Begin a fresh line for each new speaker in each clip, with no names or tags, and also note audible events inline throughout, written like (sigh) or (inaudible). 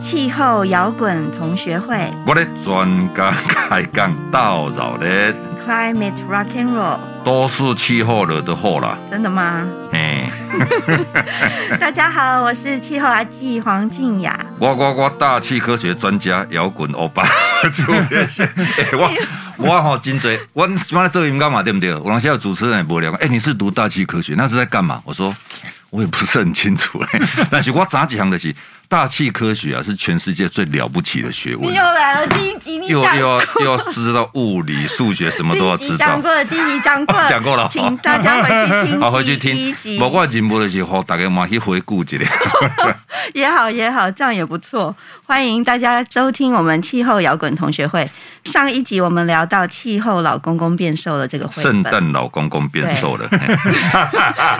气候摇滚同学会
我咧专家开讲到绕咧，
（Climate Rock and Roll），
都市气候了就好啦。
真的
(laughs)
吗？
嘿，
大家好，我是气候阿纪黄静雅。
我我我大气科学专家摇滚欧巴主持人，欸我我吼真多，我我咧做音乐嘛，对不对？我当时有主持人也无聊，哎、欸，你是读大气科学，那是在干嘛？我说我也不是很清楚、欸，但是我咋几行的是大气科学啊，是全世界最了不起的学问
你。又来了，第一集你
又
讲
又又知道物理、数学，什么都要
第一集
知道
讲。过了，第一集讲过了，
(laughs) 讲过了
请大家回去听，
(laughs) 好，回去
第一
听。
集
无我的任务就是，让大家嘛去回顾一下。
也好也好，这样也不错。欢迎大家收听我们气候摇滚同学会。上一集我们聊到气候老公公变瘦了这个绘
圣
本，
诞老公公变瘦了，嘿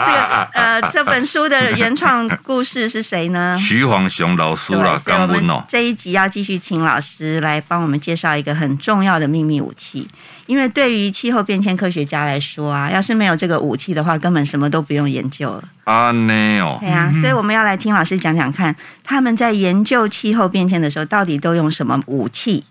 这个呃这本书的原创故事是谁
(laughs)
呢？
(laughs) 徐煌雄老师啦，
对所以我
感恩
们
哦。
这一集要继续请老师来帮我们介绍一个很重要的秘密武器，因为对于气候变迁科学家来说啊，要是没有这个武器的话，根本什么都不用研究了。
安尼哦
对，啊，所以我们要来听老师讲讲看，他们在研究气候变迁的时候，到底都用什么武器？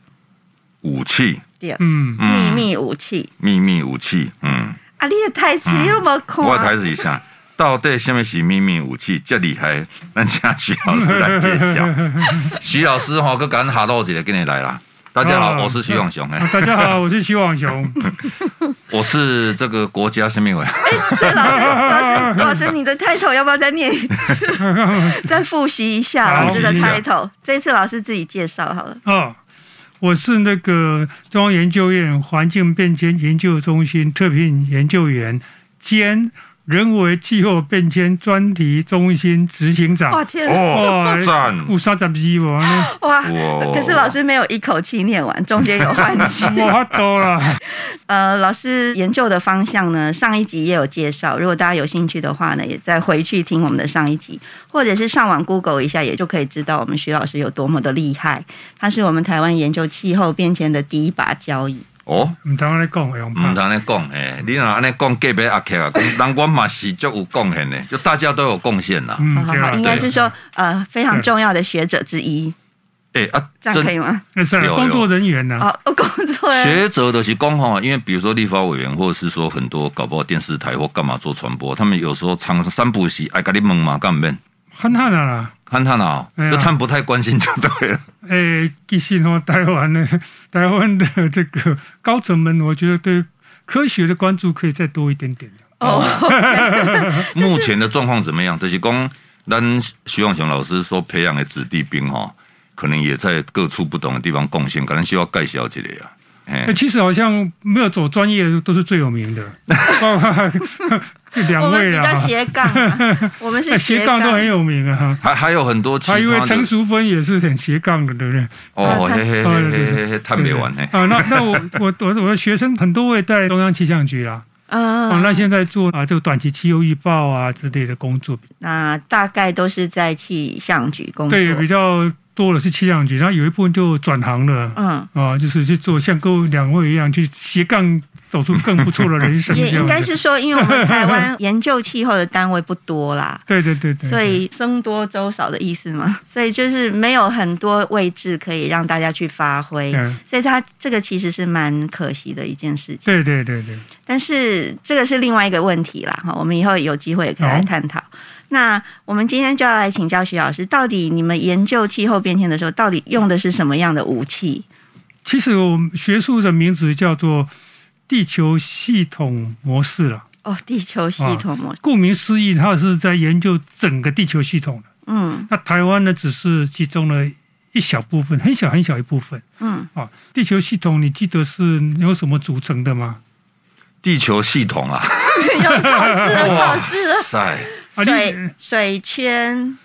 武器，
对，秘
嗯，
嗯，
密武器。
秘密武器，嗯，
啊，你的台词又没啊看，
我台词一下，到底什么是秘密武器？这厉害，咱请徐老师来揭
(laughs)
晓。
嗯
徐老师吼，佮咱哈喽一个跟你来啦。大家好，
哦
我是徐煌雄，哎，
大家好，我是徐网
(laughs)
雄。
我是这个国家生命委员。
所以老师，老师，老
(laughs)
师，你的 title 要不要再念一次，再复习一下
好
老师的
复习一下
title？这次老师自己介绍好了。
哦，我是那个中央研究院环境变迁研究中心特聘研究员兼人为气候变迁专题中心执行
哇
长。
天啊，
哦， (laughs) 赞！
有三十几我呢，
(laughs)
哦
哇！
哦
哇
可是老师没有一口气念完，中间有换
(laughs)
气。
我发多了。
呃，老师研究的方向呢，上一集也有介绍，如果大家有兴趣的话呢，也再回去听我们的上一集，或者是上网 Google 一下，也就可以知道我们徐老师有多么的厉害。他是我们台湾研究气候变迁的第一把交椅。
哦。
唔通我讲，用
唔
怕。
通咧讲，诶、
嗯
你若安尼讲，隔壁阿克啊，
(laughs)
讲人我嘛是足有贡献的，就大家都有贡献啦。
嗯
好，好
对
哦好，应
吧？
该是说呃非常重要的学者之一，
诶、啊，
这样可以吗？
那哎是
有
工作人员啊呢。
哦，哦工作人员
学者的是讲吼，因为比如说立法委员，或者是说很多搞不好电视台或干嘛做传播，他们有时候常三不息，哎，甲你问嘛，干免
很好啦。
看他啊，
哎
嗯
呀
就他们不太关心就
(laughs)
对了。
诶、其实哦，台湾呢， (laughs) 台湾的这个高层们，我觉得对科学的关注可以再多一点点。
哦，
目前的状况怎么样？就是讲，咱徐永雄老师说培养的子弟兵吼，可能也在各处不同的地方贡献，可能需要盖小姐的呀。哎
那其实好像没有走专业的都是最有名的， (laughs) 包括
我
两
们
位
比较
啊，哎
斜杠
(laughs)
啊，我们是
斜杠都很有名啊。
还还有很多其
还
啊
因为
他
陈
的
淑芬也是很斜杠的，对不对？
哦，嘿嘿
哦
嘿嘿
对对
嘿嘿，探没完嘿。
啊，那那我我我我的学生很多位在中央气象局啦，
嗯
啊，那现在做啊这个短期气候预报啊之类的工作，
那大概都是在气象局工作。
对，比较多的是气象局，然后有一部分就转行了。
嗯，
啊，就是去做像各位两位一样，去斜杠走出更不错的人生，
也
这样
应该
子
是说，因为我们台湾研究气候的单位不多啦。
对对 (laughs) 对对，
所以僧多粥少的意思嘛， (laughs) 所以就是没有很多位置可以让大家去发挥，
嗯
所以他这个其实是蛮可惜的一件事情。
对对对对，
但是这个是另外一个问题啦，哈，我们以后有机会也可以来
好
探讨。那我们今天就要来请教徐老师，到底你们研究气候变迁的时候，到底用的是什么样的武器？
其实我们学术的名字叫做地球系统模式了。
哦，地球系统模式，
顾名思义，它是在研究整个地球系统的。
嗯
那台湾呢，只是其中的一小部分，很小很小一部分
嗯，
啊。地球系统，你记得是由什么组成的吗？
地球系统啊，
要考试了，考试了。
塞
(laughs) 啊，你
水水圈，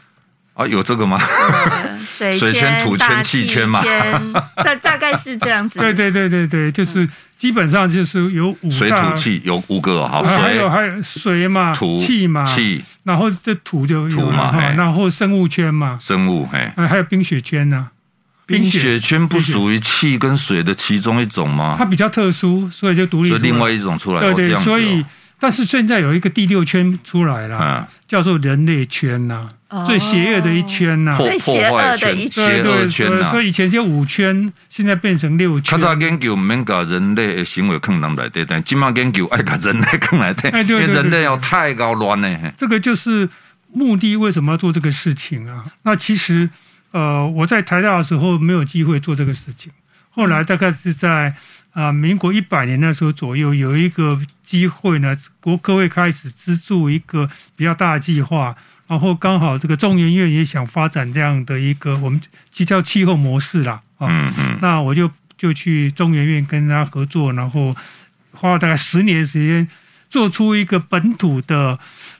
啊，有这个吗？
呃水
水圈土圈
大
气
气
圈嘛
圈大大概是这样子。
(laughs) 对对对对对，就是基本上就是有五
水
大啊
土气有五个哦好，
还有
水
还有水嘛，
土
气嘛，
气
然后这土就有
土嘛哎
了哈
嘿
然后生物圈嘛，
生物，嘿，
啊还有冰雪圈呢、
冰雪圈不属于气跟水的其中一种吗
它？比较特殊，所以就独立
所以
出来
啊另外一种出来，
对
哦，这
对，
样子
所
哦
以啊但是现在有一个第六圈出来了，
嗯，
叫做人类圈呐、
哦
最邪恶的一圈呐、
破
最
破
邪恶
坏
的
圈
一，
哦邪
对
恶啊
对，
圈
所以
呐
所。以以前叫五圈，现在变成六圈
较。早研究毋免甲人类的行为放人内底，
哎
但即马研究爱甲人类放内底，
哎对
因
对
为
对
人类
对
哦太搞乱嘞。嘿
这个就是目的，为什么要做这个事情啊？那其实，呃，我在台大的时候没有机会做这个事情，后来大概是在啊、呃民国一百年那时候左右，有一个机会呢，国科会开始资助一个比较大的计划。然后刚好这个中研院也想发展这样的一个我们即叫气候模式啦，啊，
嗯嗯，
那我就就去中研院跟他合作，然后花了大概十年时间，做出一个本土的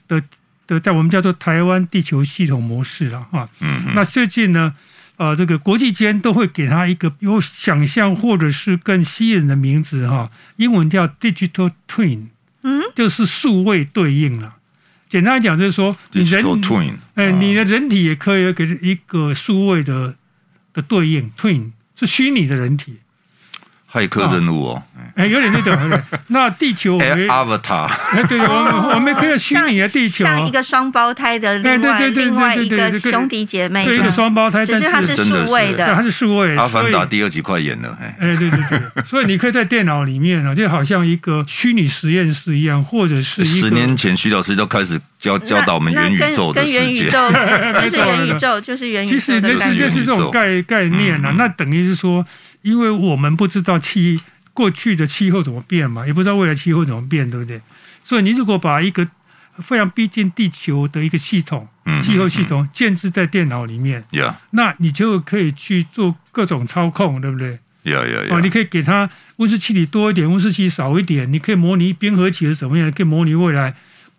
的的，在我们叫做台湾地球系统模式了哈。
嗯
那设计呢，呃，这个国际间都会给它一个有想象或者是更吸引人的名字哈，英文叫 digital twin，
嗯，
就是数位对应了。简单来讲就是说，你人
Digital twin，
哎，你
啊
的人体也可以有给一个数位的的对应 twin 是虚拟的人体，
骇客任务哦，
哎，有点那种。
(laughs)
有点那地球我
哎啊
们
，Avatar，
哎，对，我们我们可以虚拟的地球，
像像一个双胞胎的另外
对对对对
另外一
对
个
对对
兄弟姐妹这
对一
样，
个双胞胎，
只
但
是它
是
是
真的
数位
是
对它
的，
是数位，
阿凡达
哎所以
第二集快演了，嘿，
哎，对对对，所以你可以在电脑里面啊，就好像一个虚拟实验室一样，或者是一
十
个
年前徐老师就开始教教导我们元宇宙
那
的
跟跟
世
元宇
界，
宙就
没
是
错
元宇宙，就是元
其
宇
实 (laughs)
宙的
类似
感觉
类。似这种概概念啊
嗯，嗯
那等于是说，因为我们不知道气过去的气候怎么变嘛，也不知道未来气候怎么变，对不对？所以你如果把一个非常逼近地球的一个系统
嗯，
气候系统建置在电脑里面，
呀
那你就可以去做各种操控，对不对？
呀呀
哦，你
呀，
可以给它温室气体多一点，温室气体少一点，你可以模拟冰河期是什么样，可以模拟未来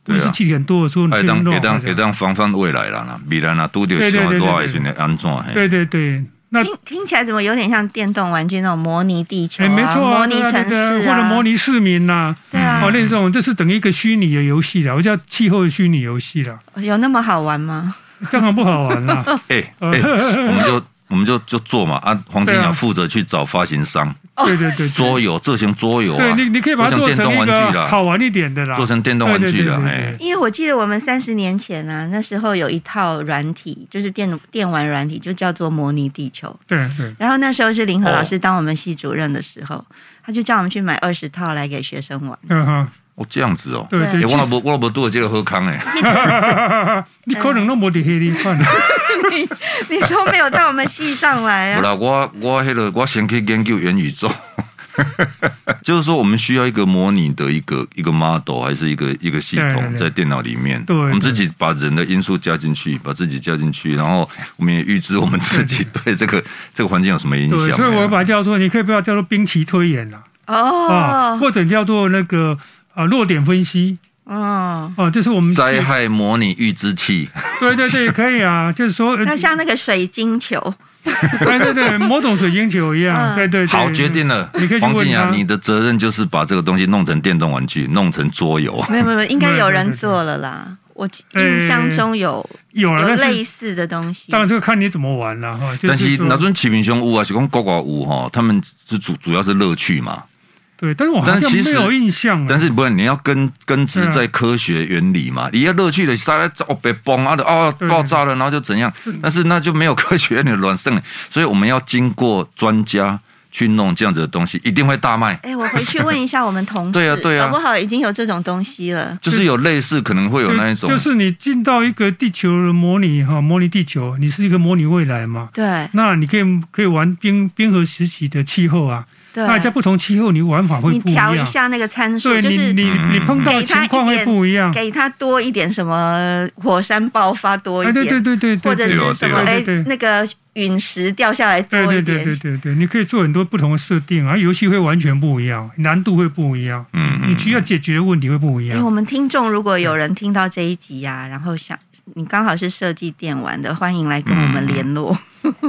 对啊
温室气体很多的时候，你
哎，
去
当
弄
会
好
当
这
会
样
当防范未来啦啦，未来啦，拄着啊上热的时阵安怎？嘿，
对对对，那
听听起来怎么有点像电动玩具那种模拟地球、
哎，
啊、
没错啊，
模拟
对啊
城市
对啊
啊，
或者模拟市民呐、
对啊
哦，那种这是等于一个虚拟的游戏了，我叫气候虚拟游戏了，
有那么好玩吗？
这样不好玩啊
(laughs)
啦。
哎
(laughs)
哎，我们就我们就就做嘛，啊，黄金
哦对
鸟
啊
负责去找发行商，
哦
对对对，对
桌游做成桌游
对
啊，
你你可以把它
做
做
成电
成
动
一
玩具
个
啦，
好玩一点的啦，
做成电动玩具啦，哎，
因为我记得我们三十年前啊，那时候有一套软体，就是电电玩软体，就叫做《模拟地球》。
哎
对对
然后那时候是林和
哦
老师当我们系主任的时候，他就叫我们去买二十套来给学生
(laughs)
玩。
嗯哈，
哦这样子哦，
对
对
对
哎，我
其
老
实
无我老无拄着这个好康诶，
你可能都没得黑你看，
嗯
你都没有到我们系上来
不
啊！
(laughs)
啦，我我迄个我先去研究元宇宙， (laughs) 就是说我们需要一个模拟的一个一个 model，还是一个一个系
对
统
对对
在电脑里面，
对对
我们自己把人的因素加进去，把自己加进去，然后我们也预知我们自己对这个这个环境有什么影
对，
响。哎
所以我把它叫做，你可以不要叫做兵棋推演啦，啊，
哦，
或者叫做那个啊弱点分析
嗯，
啊，就是我们
灾害模拟预知器，
(laughs) 对对对，可以啊，就是说，
那像那个水晶
(laughs)
球，
哎对对，某种水晶球一样，
嗯
对对，对
好，决定了
你可以去问。他
黄静雅，你的责任就是把这个东西弄成电动玩具，弄成桌游。
没有没有，没有应该有人做了啦。我印象中有
有
有
了，但哎是
类似的东西
当，然这个看你怎么玩了、哈。就
但是
说
那种启明熊屋啊，是讲国外屋哈，他们是主主要是乐趣嘛。
对，但是我好
但
像
其实
没有印象啊。
但是不是你要根根植
嗯
在科学原理嘛？你要乐趣的，大家哦别崩啊的哦
对
爆炸了，然后就怎样？
嗯
但是那就没有科学原理的卵剩了，所以我们要经过专家去弄这样子的东西，一定会大卖。
哎，我回去问一下我们同事，
对啊对啊
搞不好已经有这种东西了。
就是有类似，可能会有那一种
就，就是你进到一个地球的模拟哈，模拟地球，你是一个模拟未来嘛？
对
那你可以可以玩冰冰河时期的气候啊，
对，
那在不同气候你玩法会
你
不一
调一
样。
下那个参数，
对
就
你
是
你
嗯
啊你碰到的
给他
情
一
况会
点
不一样。
给它多一点什么火山爆发多
哎，
一
对
点，
对对对对，
或者
对
是什么哎
对对对
那个陨石掉下来多
对
一
对
点，
对对对对，你可以做很多不同的设定啊，游戏会完全不一样，难度会不一样，
嗯
你需要解决的问题会不一
因为
样
我。们听众如果有人听到这一集呀、然后想你刚好是设计电玩的，欢迎来跟我们联络，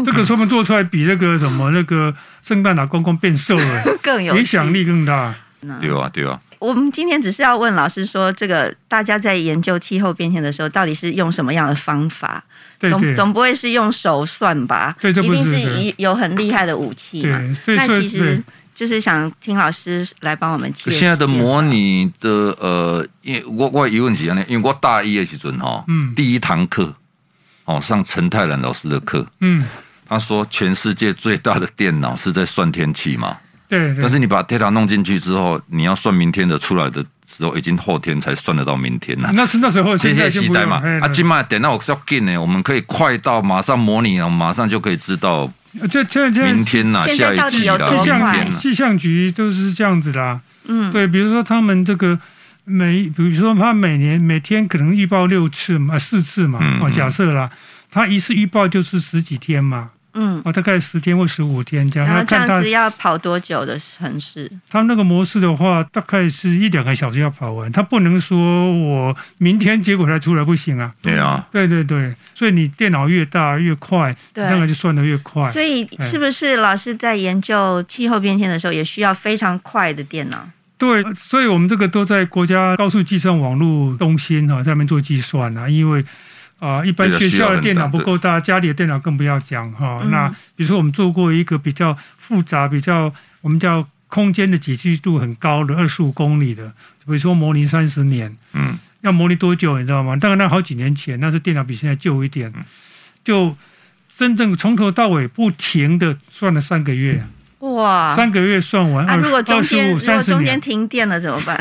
这个说明做出来比那个什么那个圣诞老公公变瘦了，
更 (laughs) 有
影响嗯力更大。
呢。
对啊对啊，
我们今天只是要问老师说，这个大家在研究气候变迁的时候，到底是用什么样的方法？
对
总
对
总不会是用手算吧？
对这
一
不是
定是
对
一有很厉害的武器嘛。
对，所以
那
所
其
以对
实就是想听老师来帮我们介绍。
现在的模拟的呃，因为我我有疑问题啊，因为我大一的时阵哦哈，
嗯
第一堂课哦上陈泰然老师的课，
嗯，
他说全世界最大的电脑是在算天气嘛，
对对
但，是你把 data 弄进去之后，你要算明天的出来的时候，已经后天才算得到明天了。
那是嗯那时候
谢
现在
谢
就
期
不
待
用哎
嘛，
嘿
啊，今麦电脑要紧呢，我们可以快到马上模拟哦，马上就可以知道
这这这
明天呐、
现
下
在到
一
底
季
有
啦，
多
明
气
快
天啊
象
啦。
气象局都是这样子的、啊。
嗯，
对，比如说他们这个每，比如说他每年每天可能预报六次嘛，呃四次嘛
嗯，
哦，
嗯
假设啦，他一次预报就是十几天嘛，
嗯，
哦，大概十天或十五天这样。
然后
那
这
看
样
他
子要跑多久的城市？
他那个模式的话，大概是一两个小时要跑完，他不能说我明天结果才出来不行啊。
对啊，
对对对，所以你电脑越大越快，
对
那个哎就算得越快。
所以是不是老师在研究气候变迁的时候，也需要非常快的电脑？
对，所以我们这个都在国家高速计算网络中心啊，上面做计算啊，因为啊、一般
这个
学
需要
校的
很
电脑
大
不
对
够大，家里的电脑更不要讲哈、
嗯
那比如说我们做过一个比较复杂、比较我们叫空间的解析度很高的二十五公里的，比如说模拟三十年，
嗯，
要模拟多久你知道吗？当然那好几年前，那是电脑比现在旧一点，
嗯
就真正从头到尾不停的算了三个月，
嗯
哇！
三个月算完
啊，
二
如果中
二十
间
五
如果
三十
中
年
(laughs)
间。停电了怎么办？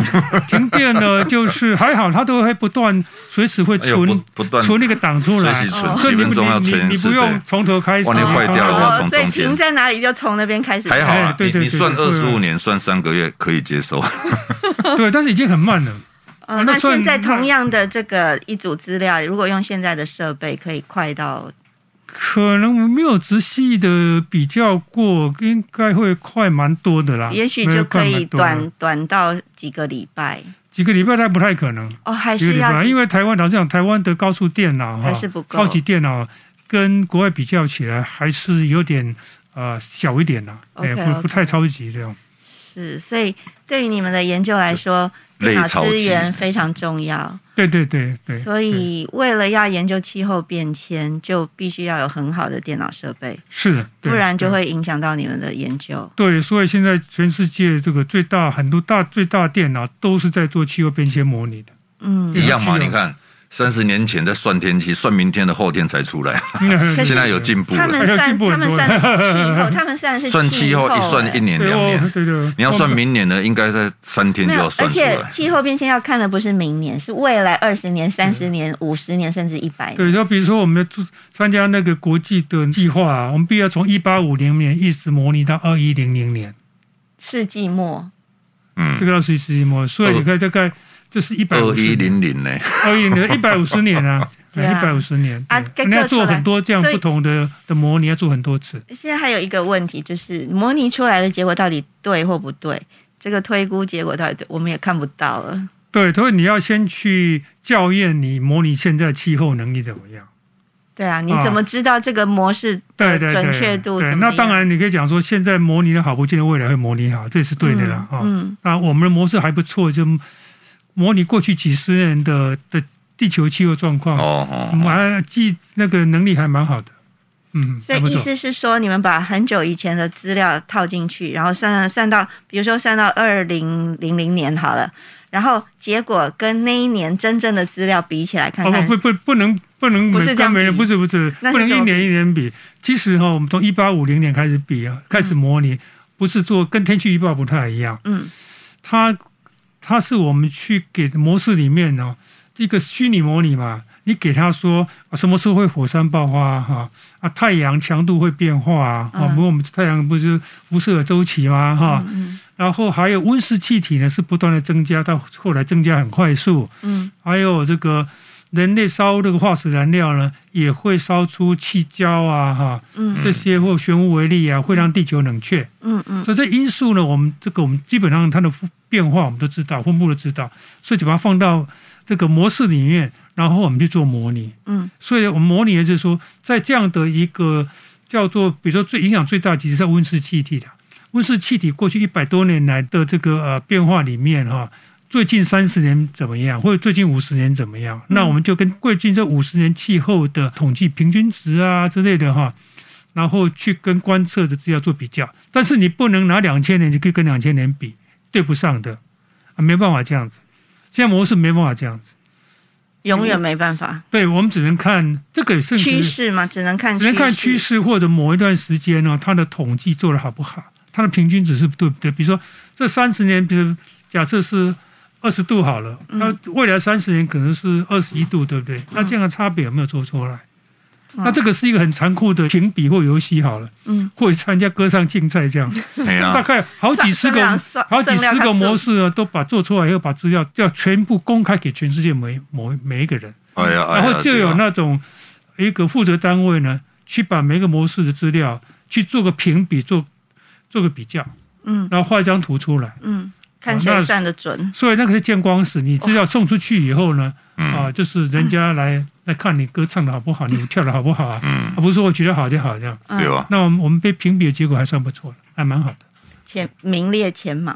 停电呢，就是还好，它都会不断，随时会
哎呦不
存
不断，
存那个档出来
随时，
存
所
几
以你
分
不
钟要
你
存一
你你
次
不用
对
从头开始，
万一坏掉
(laughs)
了
哦
话从
所以
中间
停在哪里就从那边开始。
还好
哎
啊，
对
你
对
你
对
算
对
二
对嗯
十五年，算三个月可以接受。
对，但是已经很慢了。
嗯，
那
那
算
现在同样的这个一组资料，如果用现在的设备，可以快到
可能没有仔细的比较过，应该会快蛮多的啦。
也许就可
会快
以
蛮多的
短短到几个礼拜
几个礼拜，但不太可能。
哦，还
几个
是
礼
要
拜，因为台湾老实讲，台湾的高速电脑哈
还是不够
超级电脑跟国外比较起来，还是有点呃小一点啦，哎，
OK，
不不太
OK
超级这样。
是，所以对于你们的研究来说，电脑
类超级
资源非常重要。
对对对对，
所
对
以为了要研究气候变迁，就必须要有很好的电脑设备，
是的，
不
对
然就
对
会影响到你们的研究。
对，所以现在全世界这个最大很多大最大的电脑都是在做气候变迁模拟的。
嗯，
一样嘛，
是啊
你看三十年前在算天气，算明天的后天才出来，
嗯
可是
(laughs) 现在有进步
他
了。
们
还有
算
哎进步
他
很
们
多
算的是气
(laughs)
候，他们算的是
算气候一算一
哎
年
对
两
哦
年，，
对对，
你要算明年的，应该在三天
没
就
有
要，算
而
出
且
来。
气候变迁要看的不是明年，是未来二十年、三十年、五十年，甚至一百
对，
年。
就比如说我们做参加那个国际的计划、啊，我们必须要从一八五零年一直模拟到二一零零年，
世纪末，
这
嗯，
个二十一世纪末，所以你看大概这是一百
二一零零呢？
二一零一百五十年 (laughs) 啊，
对
一
啊
百五十年
啊
对
该
你要
做出
做
来
很多这样
所以
不同的的模拟，要做很多次。
现在还有一个问题，就是模拟出来的结果到底对或不对？这个推估结果到底对我们也看不到了。
对，所以你要先去校验你模拟现在气候能力怎么样。
对啊，你怎么知道这个模式
对
的
对对，
准确度
对
怎么
那
样？
当然，你可以讲说现在模拟的好，不见得未来会模拟好，这是对的啦。啊哈、
嗯，
那我们的模式还不错，就模拟过去几十年的的地球气候状况，
哦
我们
哦，
还记那个能力还蛮好的。嗯，
所以
还不
意
错。
思是说，你们把很久以前的资料套进去，然后算算到，比如说算到二零零零年好了，然后结果跟那一年真正的资料比起来，看
哦
看
不不不不能不能
不
每
是这样
每
比
人不是不是
那是
不能
怎
一
么
年
比
一年比。其实哈、我们从一八五零年开始比啊，开始模拟，不是做跟天气预报不太一样，
嗯
它它是我们去给模式里面呢、一个虚拟模拟嘛，你给他说、啊、什么时候会火山爆发啊哈啊太阳强度会变化啊，啊
嗯
不过我们太阳不是辐射有周期吗？哈、
嗯
然后还有温室气体呢是不断的增加，到后来增加很快速，
嗯
还有这个人类烧这个化石燃料呢，也会烧出气胶啊，哈，
嗯
这些或漩涡微粒啊，会让地球冷却。
嗯嗯
所以这因素呢，我们这个我们基本上它的变化我们都知道，分布都知道，所以就把它放到这个模式里面，然后我们去做模拟。
嗯
所以我们模拟的就是说，在这样的一个叫做，比如说最影响最大，其实是温室气体的。温室气体过去一百多年来的这个呃变化里面哈、最近三十年怎么样，或者最近五十年怎么样？那我们就跟最近这五十年气候的统计平均值啊之类的哈、然后去跟观测的资料做比较。但是你不能拿两千年就可以跟两千年比，对不上的，啊，没办法这样子。现在模式没办法这样子，
永远没办法。
对我们只能看这个甚
趋
至
势嘛，只能看
只能看趋
势。
势或者某一段时间呢、它的统计做的好不好，它的平均值是对不对？比如说这三十年，比如假设是二十度好了，那未来三十年可能是二十一度，对不对？那这样的差别有没有做出来？那这个是一个很残酷的评比或游戏好了，
嗯，
或者参加歌唱竞赛这样，
哎呀、
大概好几十个
上上
好几
上
十
量
个
看
模
做
式啊，都把做出来以后，把资料要全部公开给全世界每某每一个人。
哎呀，哎呀
然后就有
对啊
那种一个负责单位呢，去把每个模式的资料去做个评比，做做个比较，
嗯
然后画一张图出来。
嗯，看
哦
谁
那
算得准。
所以那个是见光死，你资料送出去以后呢，
嗯
啊，就是人家来来看你歌唱的好不好，你舞跳的好不好啊，
嗯，
啊不是说我觉得好就好这样。
嗯
对哦啊吧？
那我们我们被评比的结果还算不错了，还蛮好的。
前名列前茅，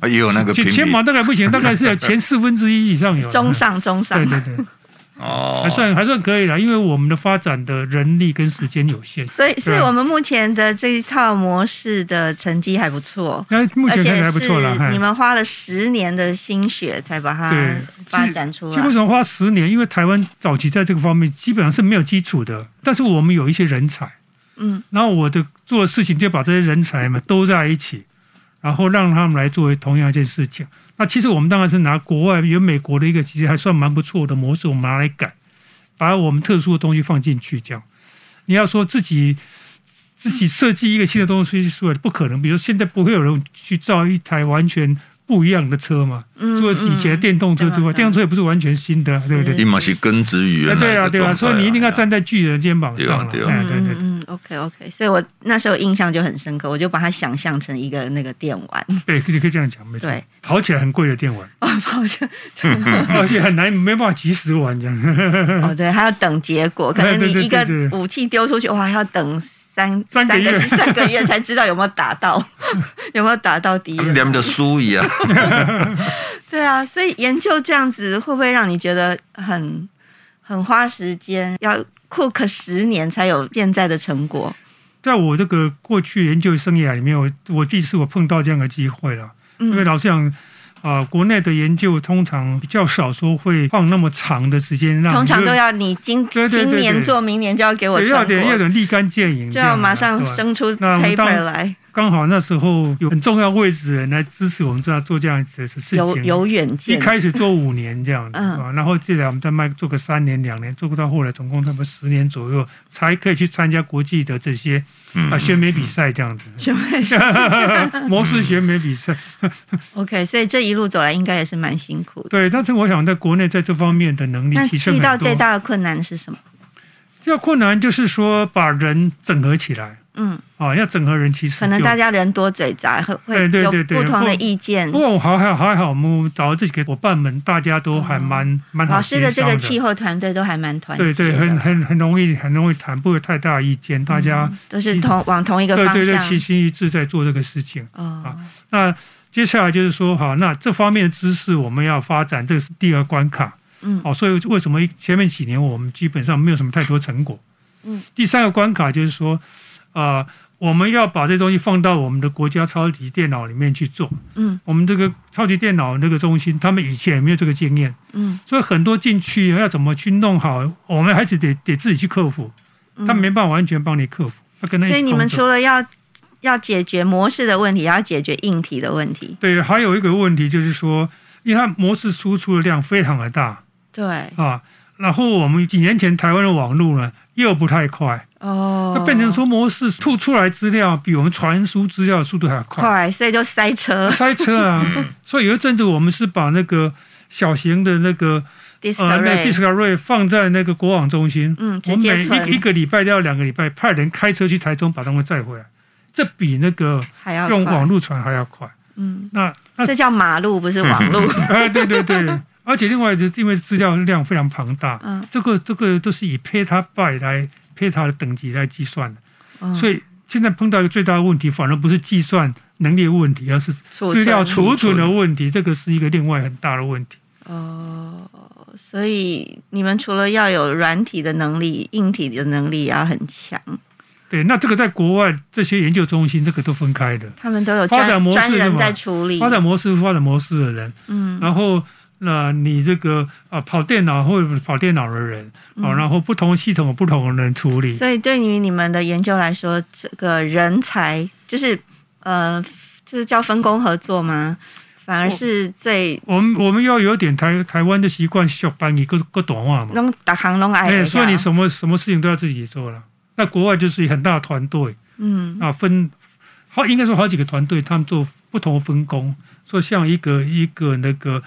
啊也有那个评
前前
比
茅大概不行，大概是有前四分之一以上有了。
中上中上
啊对。对对，
哦，
还算还算可以了，因为我们的发展的人力跟时间有限。
所以，所以
对啊
我们目前的这一套模式的成绩还不错，
那哎目
而
前看
且
起来不错哎了，
是
嗨
你们花了十年的心血才把它
对
发展出
其实为
来。
什么花十年？因为台湾早期在这个方面基本上是没有基础的，但是我们有一些人才，
嗯，
然后我的做的事情就把这些人才们都在一起，然后让他们来作为同样一件事情。那其实我们当然是拿国外有美国的一个其实还算蛮不错的模式，我们拿来改，把我们特殊的东西放进去。这样，你要说自己自己设计一个新的东西出来，不可能。比如现在不会有人去造一台完全不一样的车嘛？
嗯
除了以前的电动车之
对啊对
外，
啊
电动车也不是完全新的啊，对不对？
你嘛是根植于
哎
原
对
来
啊，
的
对
状态
啊，所以你一定要
哎呀
站在巨人肩膀上了。
对啊对啊
哎
嗯
对
嗯
对
嗯，OK OK，所以我那时候印象就很深刻，我就把它想象成一个那个电玩， (laughs)
对，对你哎可以这样讲，没错
对。
跑起来很贵的电玩， (laughs)
哦，好像
而且很难，没办法及时玩这样。 (laughs)
哦对，还要等结果，可能
嗯哎对
你
对
一个
对对
武器丢出去，哇，还要等三
三个月
三个月才知道有没有打到，
(laughs)
有没有打到敌人。
啊连着输一
啊
样，
对啊，所以研究这样子会不会让你觉得很很花时间，要 cook 十年才有现在的成果？
在我这个过去研究生涯里面，我我第一次我碰到这样的机会了。因
嗯
为老实讲，啊、国内的研究通常比较少说会放那么长的时间让
通常
热
都要你今
对对对
今年
对
做，明年就要给我
对
成
要点要
果，
点立竿见影
就
这样啊，
要马上
对吧
生出
那我们当
paper 来，
刚好那时候有很重要位置的人来支持我们这样做这样子的事
有
情。啊
有远
一
见。
开始做五年这样子，
嗯
啊，然后接下来我们再卖做个三年两年，做到后来总共差不多十年左右，才可以去参加国际的这些
嗯
啊选美比赛这样子，
选 (laughs) 美
模式选美比赛。
OK，所以这一路走来应该也是蛮辛苦的。
对，但是我想在国内在这方面的能力
那
提升
遇
很
到
多。
最大的困难是什么？
要困难就是说把人整合起来
嗯，
啊，要整合人其实
可能
就
大。家嗯人多嘴杂，会
对
会
对
有
对对
不同的
不
意见
不。过我还好还好，我们找到这几个伙伴们，大家都还蛮、蛮好
哦老师的这个
协商
气候团队都还蛮团结
对
的，嗯
对，很很很容易很容易谈，不会有太大意见，大家、
都是同往同一个
对
方向。
对对啊齐心一致在做这个事情。
哦，
那接下来就是说，好，那这方面的知识我们要发展，这是第二关卡。
嗯
好，所以为什么前面几年我们基本上没有什么太多成果？
嗯，
第三个关卡就是说，啊，我们要把这东西放到我们的国家超级电脑里面去做。
嗯
我们这个超级电脑那个中心，他们以前也没有这个经验，
嗯，
所以很多进去要怎么去弄好，我们还是得得自己去克服，
嗯
他们没办法完全帮你克服。要跟他一起
所以你们
工作
除了要要解决模式的问题，也要解决硬体的问题。
对，还有一个问题就是说，因为它模式输出的量非常的大
对，
啊，然后我们几年前台湾的网络呢又不太快，
哦，
它变成说模式吐出来资料比我们传输资料的速度还要快，
快，所以就塞车
塞
(laughs)
车啊！所以有一阵子我们是把那个小型的那个呃那
discovery。
Discovery 放在那个国网中心，
嗯，
我
直
们
接
每一一
存
个礼拜到两个礼拜派人开车去台中把东西载回来，这比那个
还要
用
快
网络传还要快。
嗯，
那那
这叫马路，不是网
(laughs)
路。
哎，对对对，而且另外就是因为资料量非常庞大，
嗯，
这个这个都是以 petabyte 来 peta 的等级来计算的，
嗯
所以现在碰到一个最大的问题，反而不是计算能力的问题，而是
储
资料
存
储存的问题，这个是一个另外很大的问题。
哦，所以你们除了要有软体的能力，硬体的能力也要很强。
对，那这个在国外这些研究中心，这个都分开的，
他们都有
发展
专
模式
专
是
人
吗
在处理。
发展模式是发展模式的人，
嗯，
然后那、你这个啊跑电脑或者跑电脑的人，哦，
嗯
然后不同系统有不同的人处理，
所以对于你们的研究来说，这个人才就是呃，就是叫分工合作吗？反而是最
我们我们要有点台台湾的习惯，小班你各各懂话嘛，
弄打行弄爱
哎，
的，啊
所以你什么什么事情都要自己做了。那国外就是很大的团队
嗯
啊，分好应该说好几个团队，他们做不同的分工，说像一个一个那个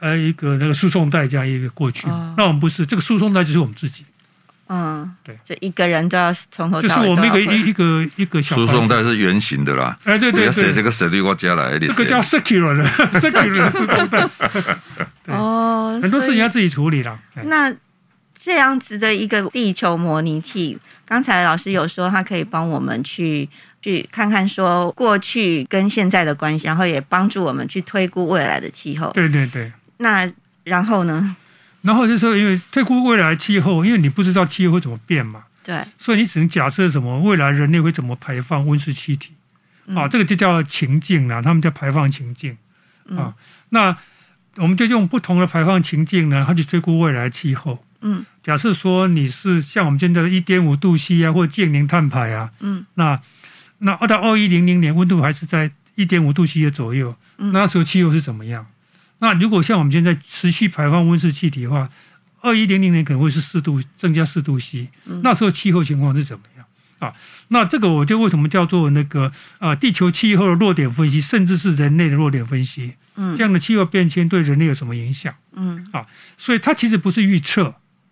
呃一个那个输送带这样一个过去，
哦
那我们不是这个输送带就是我们自己，
嗯，
对，
就一个人都要从头
就是
到尾
我
都
们一
要
个
会
一一个一个小
输送
团
带
队，
是圆形的啦。
哎对
你
对
要写
对
这，个谁对我家来，你
这个叫 circular 的 (laughs) circular 的输送带，对
哦，
很多事情要
(laughs) 所
自己处理啦。哎
以那。这样子的一个地球模拟器，刚才老师有说，它可以帮我们去去看看说过去跟现在的关系，然后也帮助我们去推估未来的气候。
对对对。
那然后呢？
然后就说，因为退估未来气候，因为你不知道气候会怎么变嘛，
对，
所以你只能假设什么未来人类会怎么排放温室气体
嗯
啊，这个就叫情境啦，他们叫排放情境
嗯
啊。那我们就用不同的排放情境呢，它去推估未来气候。
嗯
假设说你是像我们现在的一点五度 C 啊，或者近零碳排啊，
嗯
那那二到二一零零年温度还是在一点五度 C 的左右，
嗯
那时候气候是怎么样？那如果像我们现在持续排放温室气体的话，二一零零年可能会是四度增加四度 C，
嗯
那时候气候情况是怎么样？啊，那这个我就为什么叫做那个啊、呃地球气候的弱点分析，甚至是人类的弱点分析，
嗯
这样的气候变迁对人类有什么影响？
嗯
所以它其实不是预测，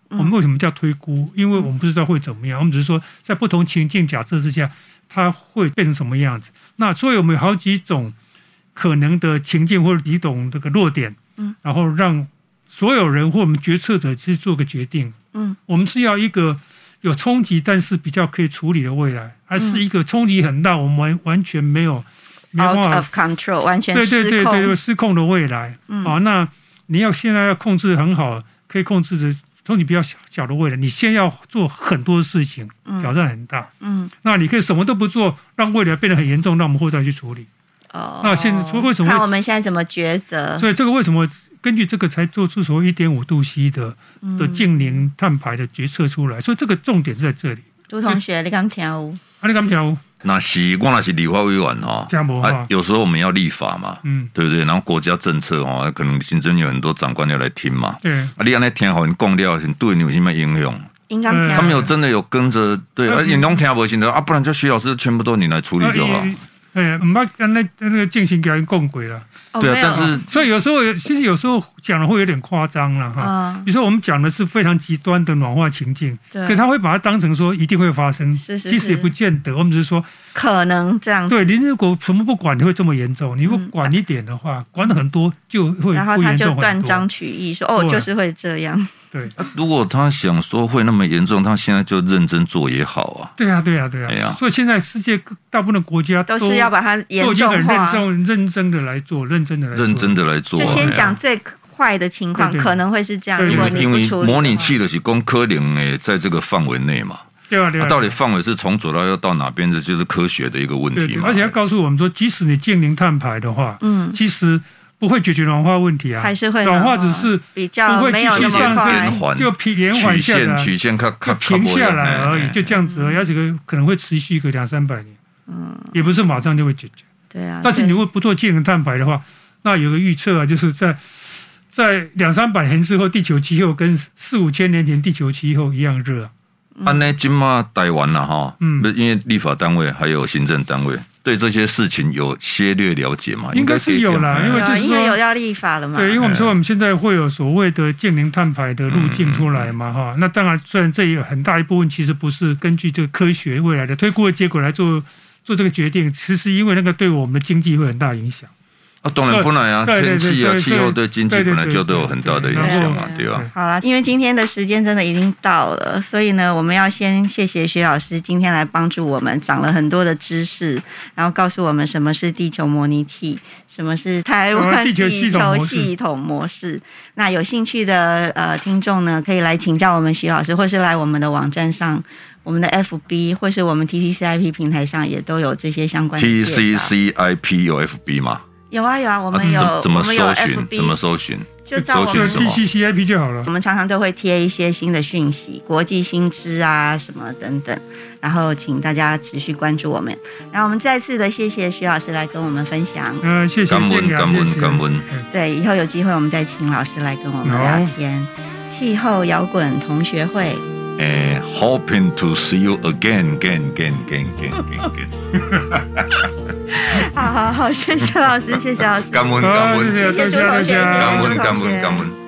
嗯
我们为什么叫推估？因为我们不知道会怎么样，我们只是说在不同情境假设之下，它会变成什么样子。那所以我们有好几种可能的情境或者几种这个弱点，
嗯，
然后让所有人或我们决策者去做个决定。
嗯，
我们是要一个有冲击但是比较可以处理的未来，还是一个冲击很大，我们完完全没有没有办
，out
法
of control，完全
对
失控。
对对对，哦有失控的未来。
嗯
好、那你要现在要控制很好，可以控制的从你比较小小的未来，你先要做很多事情，挑
嗯
战很大。
嗯
那你可以什么都不做，让未来变得很严重，让我们后再去处理。
哦，
那现在说为什么会
看我们现在怎么抉择？
所以这个为什么根据这个才做出所谓一点五度 C 的的
嗯，
近零碳排的决策出来？所以这个重点是在这里。
朱同学，你刚跳舞，
阿里甘条
那是我那是立法委员哦，
加摩
啊
哈，，
有时候我们要立法嘛，
嗯，
对不对？然后国家政策哦，可能行政有很多长官要来听嘛。
对，
啊，你安尼听好，你讲了对你有什么影响？
应该跳。
嗯
他们有真的有跟着对，
嗯
而你拢听不行的啊，不然就徐老师全部都你来处理就好。
哎，唔捌跟那那个进行给人共轨了。
哦
对啊
没，有
但是
所以有时候其实有时候讲的会有点夸张了哈。
嗯，
比如说我们讲的是非常极端的暖化情境，可
对，
是他会把它当成说一定会发生，
嗯是是
其实也不
是，
见得。我们只是说，
可能这样子，
对，你如果什么不管，你会这么严重；你不管一点的话，管很多就
嗯
会
然后
不
他
严
就
重很
断章
多。
取义说，哦，
对
就是会这样。
对，
啊如果他想说会那么严重，他现在就认真做也好啊。
对啊，对啊，对
哎
啊
呀。
所以现在世界各大部分的国家
都是要把它
都
严
已经
重
很认
化，
真、认真的来做，认真的来做，
认真的来做、啊。
就先
哎呀
讲最坏的情况，
对对
可能会是这样。
对
如
啊
果
因为
你
因
不
为
处理的话
模拟器的是工科零诶，在这个范围内嘛，
对啊，对
那
啊。
到底范围是从左到右到哪边的，就是科学的一个问
对
题
对，
嘛。
而且要告诉我们说，即使你近零碳排的话，
嗯，
其实不会解决暖化问题啊，
还是会
暖化
暖化
只是
比较
不会
呃没有
继
那
续
么
上升
快
连。环
就平连环
曲
下
线
来。
曲线看
就
看
停下
哎
来而已，就这
样。
样子而已，而且个可能会持续个两三百年，
嗯，
也不是马上就会解决。
对啊。
但是
对
你如果不做近零蛋白的话，那有个预测啊，就是在在两三百年之后，地球气候跟四五千年前地球气候一样热啊。
安内今嘛台湾了哈，
嗯
嗯，因为立法单位还有行政单位对这些事情有些略了解嘛，
应该
可以
是有啦
给我们啊
因为就是
啊因为
说
有要立法了嘛。
对，因为我们
哎
说我们现在会有所谓的近零碳排的路径出来
嗯
嘛，哈、那当然，虽然这也有很大一部分其实不是根据这个科学未来的推估的结果来做做这个决定，其实因为那个对我们的经济会很大影响。
啊，当然不能啊，
对对对
天气啊、
所以
气候对经济
对对
本来就
对
都有很大的影
对
响啊，
对
对吧？
好了，因为今天的时间真的已经到了，所以呢，我们要先谢谢徐老师今天来帮助我们，长了很多的知识，然后告诉我们什么是地球模拟器，什么是台湾
呃
哦
地球系统模
地
式
球系统模式。那有兴趣的呃听众呢，可以来请教我们徐老师，或是来我们的网站上。我们的 FB 或是我们 TTCIP 平台上也都有这些相关的
，T
介绍
C C I P 有 F B 嘛？
有啊有啊，我
啊
们有、
怎么
我
怎么
们有
搜寻？怎么
FB，
搜寻？
就到我
搜寻
们
什么
TCCIP 就好了
我。们常常都会贴一些新的讯息，国际新知啊什么等等，然后请大家持续关注我们。然后我们再次的谢谢徐老师来跟我们分享。
呃，谢谢
感
建
恩
良，
感
谢
恩
谢。
感恩，
对，以后有机会我们再请老师来跟我们聊天。气候摇滚同学会，
诶，hoping Eh, to see you again again again again again again，
好好好，谢谢老师，谢谢老师，
感恩
好
感
谢
恩
谢
谢谢朱
大
同学，谢谢
家
感
朱
恩
同
感
学
恩感恩。